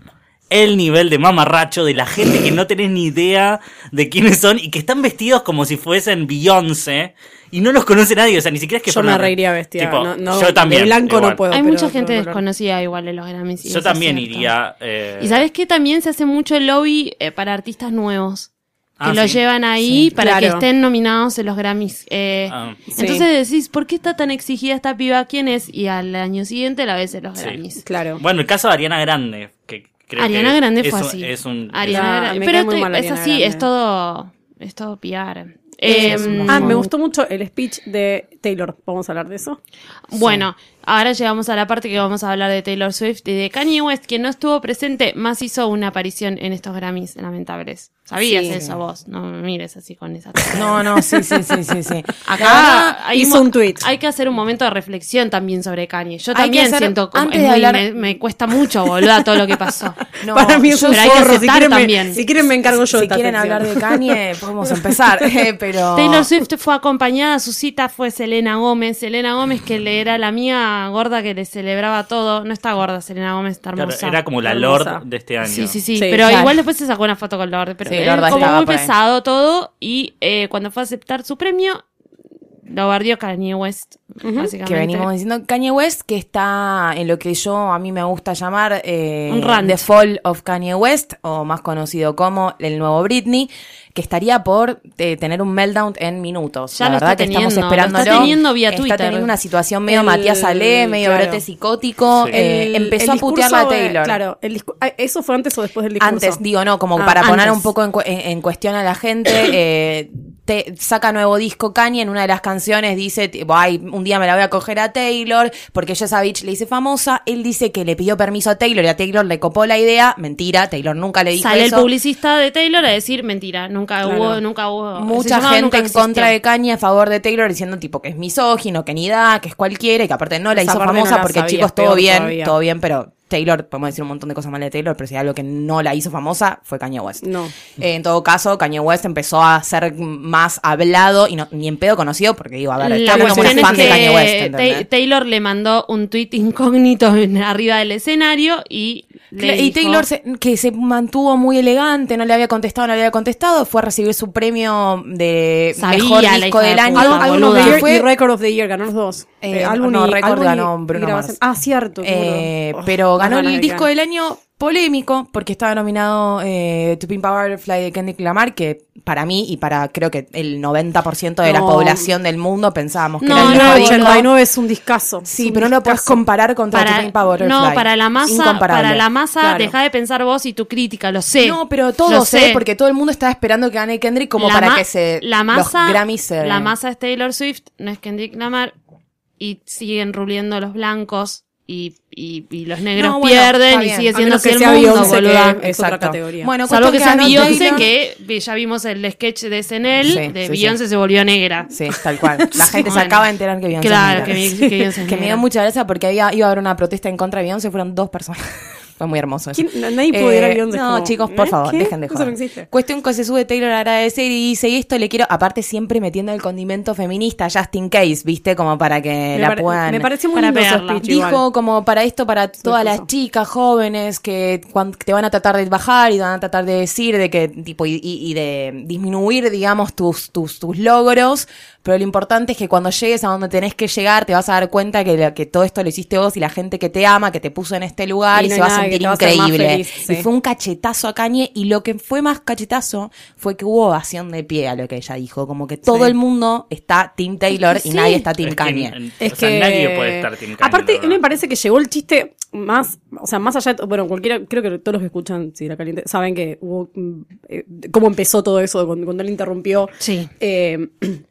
El nivel de mamarracho de la gente que no tenés ni idea de quiénes son y que están vestidos como si fuesen Beyoncé y no los conoce nadie, o sea, ni siquiera es que
Yo
fueron
me
a-
reiría vestida.
tipo,
No, no,
yo también.
de blanco
igual.
no puedo.
Hay
pero
mucha
de
gente
otro color.
desconocida igual de los Grammys. y eso
Yo
es
también
cierto.
iría. eh,
Y sabes que también se hace mucho el lobby eh, para artistas nuevos. Que
Ah,
lo
sí.
llevan ahí para que
Claro.
estén nominados en los Grammys. Eh,
Ah.
Sí.
Entonces decís, ¿por qué está tan exigida esta piba? ¿Quién es? Y al año siguiente la ves en los
Sí.
Grammys.
Claro.
Bueno, el caso de Ariana Grande. Que creo
Ariana
que
Grande
es
fue
un-
así.
Es un.
Ariana
Ah,
Grande.
me
Pero
cae muy
te-
mal
es
Ariana
así,
Grande.
es todo, es todo PR.
Eh,
Em,
ah, me gustó mucho el speech de Taylor. Vamos a hablar de eso.
Bueno, ahora llegamos a la parte que vamos a hablar de Taylor Swift y de Kanye West, que no estuvo presente, más hizo una aparición en estos Grammys lamentables. Sabías
Sí.
eso vos, no me mires así con esa cara.
No, no, sí, sí, sí, sí, sí.
Acá hay
hizo
mo-
un tweet.
Hay que hacer un momento de reflexión también sobre Kanye. Yo
Hay que
también
hacer-
siento como
antes
es
de
muy-
hablar-
me, me cuesta mucho, boluda, todo lo que pasó.
No,
Para mí es
yo-
un
pero hay que
forro. Si
aceptar
quieren, me,
también.
si quieren me encargo yo
si
de esta
quieren
sección.
hablar de Kanye, podemos empezar. eh, pero
Taylor Swift fue acompañada, su cita fue Selena Gómez. Selena Gómez, que le era la mía gorda que le celebraba todo. No está gorda, Selena Gómez está
Claro,
hermosa.
era como la
hermosa.
Lord de este año.
Sí, sí, sí,
Sí,
Pero
claro.
igual después se sacó una foto con Lorde. Pero
Sí,
era
Lorde
como
estaba
muy
por ahí.
pesado todo. Y eh, cuando fue a aceptar su premio, lo bardió Kanye West, básicamente.
que venimos diciendo Kanye West que está en lo que yo a mí me gusta llamar eh,
Un rant.
The Fall of Kanye West o más conocido como el nuevo Britney que estaría por eh, tener un meltdown en minutos
Ya
la
lo
verdad
está
que estamos
teniendo, lo está
esperándolo
teniendo vía
Está
Twitter.
teniendo una situación medio
El-
Matías Salé medio
claro.
brote psicótico
Sí.
eh,
El-
empezó
el
a putearla a
discurso de-
Taylor
Claro, el discu- ah, ¿eso fue antes o después del discurso?
antes, digo, no, como
Ah,
para poner
antes.
un poco en, cu- en- en cuestión a la gente, eh, te- saca nuevo disco Kanye, en una de las canciones dice, tipo, ay, un día me la voy a coger a Taylor, porque ella esa bitch le hice famosa, él dice que le pidió permiso a Taylor y a Taylor le copó la idea, mentira, Taylor nunca le dijo
Sale
eso.
el publicista de Taylor a decir mentira, nunca
Claro.
hubo, nunca hubo.
Mucha
ese llamado
gente
nunca
en
existió.
contra de Kanye a favor de Taylor diciendo tipo que es misógino, que ni da, que es cualquiera y que aparte no la
Esa
hizo
parte no
famosa
la
porque
sabía,
chicos
peor
todo bien,
todavía.
todo bien, pero Taylor, podemos decir un montón de cosas mal de Taylor, pero si hay algo que no la hizo famosa fue Kanye West.
No.
Eh, en todo caso, Kanye West empezó a ser más hablado y no, ni en pedo conocido, porque digo, a ver,
La
está como
cuestión
muy
es
fan de Kanye West.
que
¿entendés?
Ta- Taylor le mandó un tweet incógnito en- arriba del escenario y le
Cla- y
dijo-
Taylor, se- que se mantuvo muy elegante, no le había contestado, no le había contestado, fue a recibir su premio de
Sabía,
mejor
la
disco
hija de
del año.
puta,
Algo- algo
boluda.
que
Year
fue-
y Record of the Year, ganó los dos.
Eh,
álbum
no,
y-
Record
álbum y-
ganó Bruno
y grabación. Ah, cierto. qué
Eh,
boludo.
pero
Oh,
ganó
no, no,
el
no,
disco
no.
del año polémico porque estaba nominado eh, To Pimp Powerfly de Kendrick Lamar, que para mí y para creo que el 90% de la
No.
población del mundo pensábamos que
No,
era el
no,
mejor disco.
89 es un discazo.
Sí, pero no lo puedes comparar contra To Pimp Powerfly.
no, para la masa,
Incomparable.
para la masa,
Claro.
deja de pensar vos y tu crítica, lo sé.
No, pero
Lo
todos, ¿eh? Porque todo el mundo estaba esperando que gane Kendrick como
La
para
ma-
que se
la
los
masa,
Grammys se
la masa es Taylor Swift, no es Kendrick Lamar y siguen ruliendo los blancos y, y, y los negros
No, bueno, está
pierden y
bien.
sigue
A
siendo
menos
así
que
el
sea
mundo,
Beyoncé,
boluda.
que- es otra categoría.
Bueno,
Salvo
cuestión
que sea
ganó
Beyoncé,
Taylor.
que vi- ya vimos el sketch de SNL,
Sí,
de
sí,
Beyoncé se volvió negra.
Sí, tal cual. La gente se
Bueno.
acaba de enterar que Beyoncé
Claro,
es negra.
que Beyoncé- que Beyoncé es
Que me
negra.
dio mucha gracia porque había, iba a haber una protesta en contra de Beyoncé, fueron dos personas. Fue muy hermoso eso.
¿Quién- na- nadie puede ir al guión de
No,
como,
chicos, por
¿eh?
favor,
¿Qué?
dejen de
Eso
joder.
no existe.
Cuestión que se sube Taylor a agradecer y dice, y esto le quiero, aparte siempre metiendo el condimento feminista, just in case, ¿viste? Como para que
Me,
la
pare-
puedan...
me pareció muy
Para
lindo ese
pegarla.
speech
Dijo
igual.
como para esto, para todas las
puso.
chicas jóvenes que cuan- te van a tratar de bajar y te van a tratar de decir de que tipo y, y- y de disminuir, digamos, tus, tus, tus logros, pero lo importante es que cuando llegues a donde tenés que llegar te vas a dar cuenta que, la- que todo esto lo hiciste vos y la gente que te ama, que te puso en este lugar
Y
y,
no hay
se va a
nada que
sentir
te va a hacer más
increíble.
feliz, sí.
Y fue un cachetazo a Kanye y lo que fue más cachetazo fue que hubo ovación de pie a lo que ella dijo, como que todo
Sí.
el mundo está Team Taylor
sí.
y nadie está Team
Es que
Kanye.
en- en-
Es
o sea,
que
nadie puede estar Team Kanye, la
Aparte,
verdad.
me parece que llegó el chiste más, o sea, más allá de, to- bueno, cualquiera, creo que todos los que escuchan Sidra Caliente saben que hubo, mm, eh, cómo empezó todo eso cuando, cuando él interrumpió.
Sí.
Eh,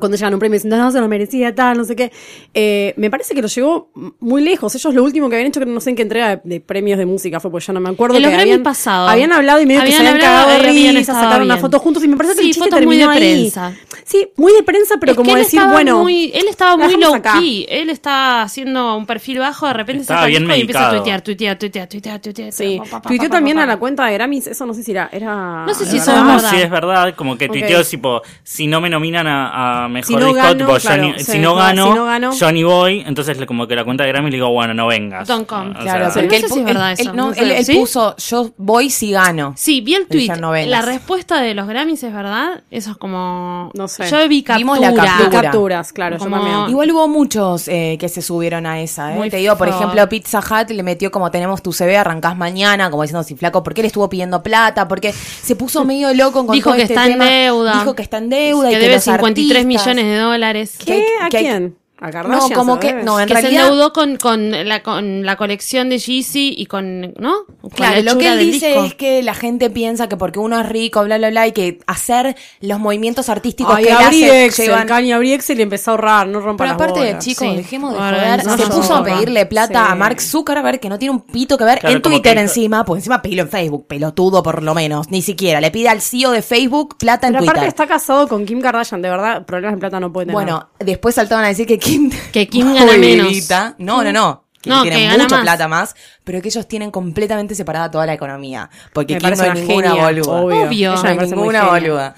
cuando llegan a un premio diciendo, no, se lo merecía, tal, no sé qué. Eh, me parece que lo llegó muy lejos. Ellos lo último que habían hecho, que no sé en qué entrega de, de premios de música fue, pues ya no me acuerdo.
En los
que
Grammy
habían,
pasado.
Habían hablado y medio que se
Habían
habían
hablado
cagado de
y habían
risa,
estado
sacaron una
bien.
foto juntos y me parece que
Sí,
el chiste
fotos muy de
terminó ahí.
prensa.
Sí, muy de prensa, pero
Es
como
que él
decir,
estaba
bueno.
muy- él estaba
la
muy
dejamos
low
acá.
key. Él está haciendo un perfil bajo, de repente
Estaba
saca el
bien
disco y empieza a
medicado.
tuitear, tuitear, tuitear, tuitear, tuitear.
Sí,
pa, pa, pa,
tuiteó
pa, pa,
también
pa.
a la cuenta de Grammys, eso no sé si era... era
No sé si
¿era
eso
No,
es
verdad?
verdad.
sí, es verdad. Como que
Ok.
tuiteó, tipo, si no me nominan a, a mejor
Si no
disco,
gano,
tipo, yo
claro,
ni-
sí,
si, no
no,
gano,
si no gano.
yo ni voy. Entonces, le- como que la cuenta de Grammy le digo, bueno, no vengas.
Don't come.
O
Claro,
sea,
porque
No sé
él, pu-
si es verdad
él-
eso,
él no-
no
él-
sé.
él
¿Sí?
puso, yo voy si gano.
Sí, vi el tweet.
Ella no vengas.
La respuesta de los Grammys es verdad. Eso es como.
No sé.
Yo vi captura.
Vimos la
Y
captura.
capturas, claro,
Como-
yo también.
Igual hubo muchos eh, que se subieron a esa, ¿eh?
Muy
Te digo, por
feo.
ejemplo, Pizza Hut le metió como tenemos tu CV, arrancás mañana, como diciendo si flaco, porque él estuvo pidiendo plata, porque se puso medio loco con
Dijo
todo
que
este
está en
tema.
deuda.
Dijo que está en deuda y
que
que
debe
los
53
artistas-
millones de dólares.
¿Qué?
¿Qué? ¿A
que-
quién? ¿A
No,
Kardashian?
como
se
que,
lo
no, en
que se
realidad,
endeudó con, con, la, con la colección de Yeezy y con. ¿No? Con la
Claro, lo que
hechura
él
del
dice
disco.
es que la gente piensa que porque uno es rico, bla, bla, bla, y que hacer los movimientos artísticos
Ay,
que él
abrí
hace
Excel,
llevan...
Kanye abrí Excel y empezó a ahorrar, no rompa
Pero
las
aparte,
bolas.
chicos,
Sí.
dejemos de
Ahora,
joder.
no,
se
no,
puso
no,
a pedirle plata
sí.
a Mark Zuckerberg, que no tiene un pito que ver
Claro,
en
como
Twitter
que-
encima, pues encima pedilo en Facebook, pelotudo por lo menos, ni siquiera. Le pide al CEO de Facebook plata en
Pero aparte
Twitter.
está casado con Kim Kardashian, de verdad, problemas en plata no puede tener.
Bueno, después saltaron a decir que Kim...
Que Kim gana menos.
Pobrecita. No, no, no. Que
No,
tienen
que gana
mucho
más.
plata más, pero que ellos tienen completamente separada toda la economía. Porque
Me
Kim no
parece
es
una
ninguna
genia,
boluda.
Obvio.
Ella
No
me
hay
parece muy
ninguna
genia.
boluda.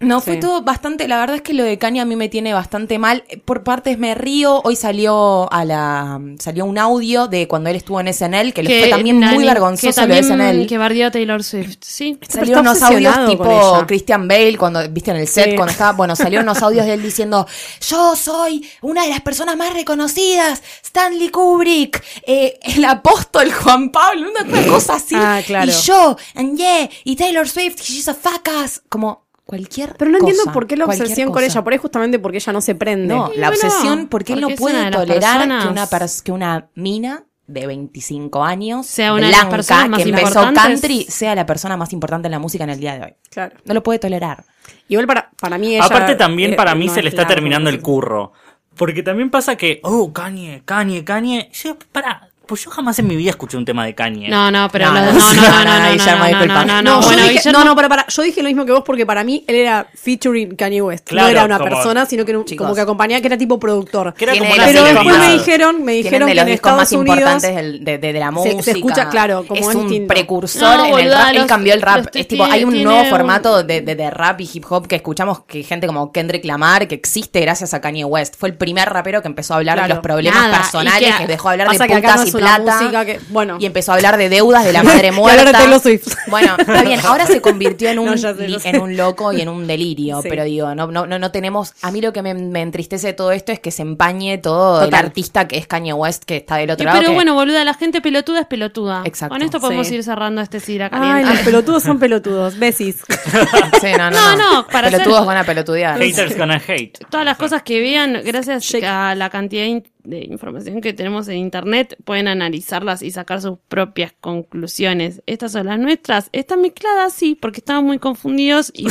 No, fue
Sí.
todo bastante, la verdad es que lo de Kanye a mí me tiene bastante mal. Eh, Por partes me río, hoy salió a la salió un audio de cuando él estuvo en SNL, que, le fue también
Nani-
muy vergonzoso
que
lo de
también,
SNL.
Que bardeó a Taylor Swift. Sí.
Salieron
Está
unos audios
obsesionado con
tipo
ella.
Christian Bale cuando viste en el set
Sí.
cuando estaba, bueno, salieron unos audios de él diciendo, "Yo soy una de las personas más reconocidas, Stanley Kubrick, eh, el apóstol Juan Pablo", una, una cosa así.
Ah, claro.
Y yo, and yeah, y Taylor Swift, she's a fuckas, como cualquier
Pero no entiendo
cosa,
por qué la
cualquier
obsesión con
cosa.
ella, por ahí justamente porque ella no se prende.
No,
Y
la
bueno,
obsesión porque él no
porque es una
puede
de las
tolerar
personas-
que una pers- que una mina de 25 años,
Sea una de las
blanca,
personas más
que empezó
importantes.
country, sea la persona más importante en la música en el día de hoy.
Claro.
No lo puede tolerar.
Igual para, para mí ella...
Aparte también
eh,
para mí
no
se
es
le está
la-
terminando el curro. Porque también pasa que, oh, Kanye, Kanye, Kanye. Yo, para, pues yo jamás en mi vida escuché un tema de Kanye.
No, no, pero
No,
los-
no,
no, no, no, no,
no, no,
no,
Guillermo,
no, no,
disculpa.
Ah, no, no,
No, yo
bueno,
dije-
Guillermo-
no, no, para, para. Yo dije lo mismo que vos porque para mí él era featuring Kanye West.
Claro,
no era una
como-
persona, sino que era un-
Chicos.
como que acompañaba, que era tipo productor.
Que era como
Tiene-
una
Pero
Pero
Sí,
después me
claro.
celebridad.
dijeron, me
Tienen
dijeron
de
que
los
en
discos
Estados
más
Unidos...
importantes del- de, de- de la
se- se
música.
escucha, claro, como
es
es
un
distinto.
precursor
No,
en el rap.
boluda,
él
los-
cambió el rap.
los
Es tipo, hay un
tiene
nuevo
un-
formato de, de- de rap y hip hop que escuchamos que gente como Kendrick Lamar, que existe gracias a Kanye West. Fue el primer rapero que empezó a hablar de
Claro.
los problemas
Nada, y
personales, que,
que-
dejó de hablar de
pasa que acá
putas
no
y
es una
plata.
música que- bueno.
Y empezó a hablar de deudas de la
Y
madre
hablar de
muerta.
Taylor Swift.
Bueno, está bien. Ahora se convirtió en un,
No, ya sé, ya sé.
en un loco y en un delirio.
Sí.
Pero digo, no, no, no, no tenemos. A mí lo que me, me entristece de todo esto es que se empañe todo el
Total.
artista que es Kanye West, que está del otro
Y
lado.
pero
que-
bueno, boluda, la gente pelotuda es pelotuda.
Exacto.
Con esto podemos
Sí.
ir cerrando este sidra
Ay,
caliente.
los pelotudos son pelotudos. Besis.
Sí, no, no,
No,
no.
no, para
Pelotudos
ser-
van a pelotudear.
Haters gonna hate.
Todas las cosas que vean, gracias
Shake.
a la cantidad de in- de información que tenemos en internet, pueden analizarlas y sacar sus propias conclusiones. Estas son las nuestras. Están mezcladas, sí, porque estaban muy confundidos y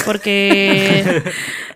porque...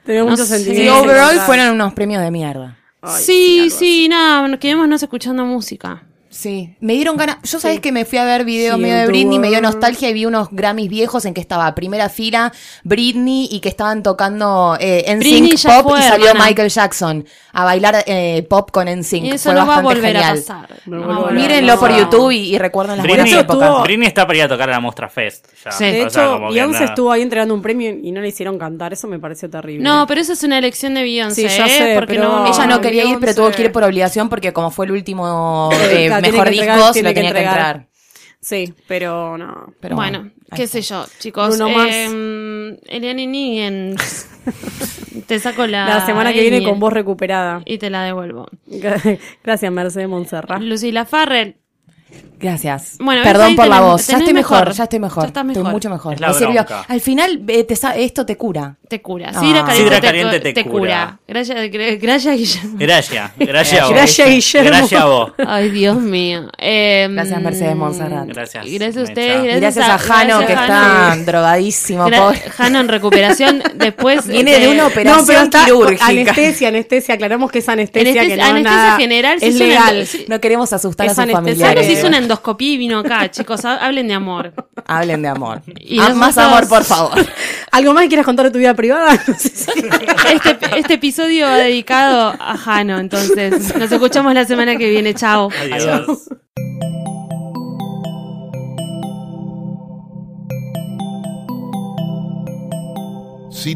Tenía
No
muchos
sé.
Sí,
sentimientos.
overall
encontrados.
fueron unos premios de mierda.
Ay,
sí,
algo así.
sí, nada, nos quedémonos escuchando música.
Sí, me dieron ganas. Yo sabes
Sí.
que me fui a ver videos
Sí,
medio de
en tu
Britney, me dio
world.
nostalgia y vi unos Grammys viejos en que estaba primera fila Britney y que estaban tocando en
Britney
sync
ya
pop
fue,
y salió
hermana.
Michael Jackson a bailar eh, pop con en
Y
sync.
eso
Fue
no va a
bastante
volver a
genial.
pasar.
No
No
va a
va a
volver a
volver
Mírenlo
a
por
pasar.
YouTube y, y recuerden las
Britney,
buenas
Eso
épocas.
estuvo-
Britney está para ir a tocar a la Mostra Fest. ya.
Sí.
O
De
sea,
hecho,
como que
Beyoncé
nada.
estuvo ahí entregando un premio y no le hicieron cantar, eso me pareció terrible.
No, pero eso es una elección de Beyoncé,
Sí, ya
¿eh?
sé,
Porque
pero-
no...
Ella no quería ir, pero tuvo que ir
Beyoncé.
por obligación porque como fue el último
Tiene
eh,
que
mejor
entregar,
disco, se lo
tiene que
tenía que
entregar.
entrar.
Sí, pero no.
Pero
bueno,
ahí
qué
está.
sé yo, chicos.
Bruno Mars.
Eh, Eliane Nigens. te saco la.
La semana que viene
ñ
con voz recuperada.
Y te la devuelvo.
Gracias, Mercedes
Ah.
Montserrat.
Lucila Farrell.
Gracias.
Bueno, ves
Perdón
ahí
por la
tenés-
voz. Ya
tenés
estoy mejor,
mejor.
ya estoy mejor.
Ya estás
Estoy
mejor.
mucho mejor.
Es la
Me sirvió.
bronca.
Al final, eh, te sa- esto te cura.
Te cura.
Ah.
Sidra caliente,
Sidra
te,
caliente
te
te
cura.
cura.
Gracias, gra- gracias, Guillermo.
Gracias, gracias a vos.
Gracias, Guillermo.
Gracias a vos.
Ay, Dios mío. Eh,
Gracias, Mercedes Montserrat.
Gracias,
Gracias a
Mecha.
ustedes.
Y Gracias, a Jano,
gracias
que
a
está
Jano.
drogadísimo,
Gra-
pobre.
Jano en recuperación. Después.
Viene de una operación
está-
quirúrgica.
Anestesia, anestesia, aclaramos que es anestesia.
Anestesia-
que no es
anestesia
nada-
general, sí
es
es una-
legal.
sí.
No queremos asustar
Es
a sus
anestesia.
Jano
familiares.
se hizo una endoscopía y vino acá, chicos. ha- Hablen de amor.
Hablen de amor.
Y
Ah,
nosotros-
Más amor, por favor.
¿Algo más que quieras contar de tu vida privada? No sé si-
Este, este episodio va dedicado a Jano, entonces. Nos escuchamos la semana que viene. Chao.
Adiós.
Si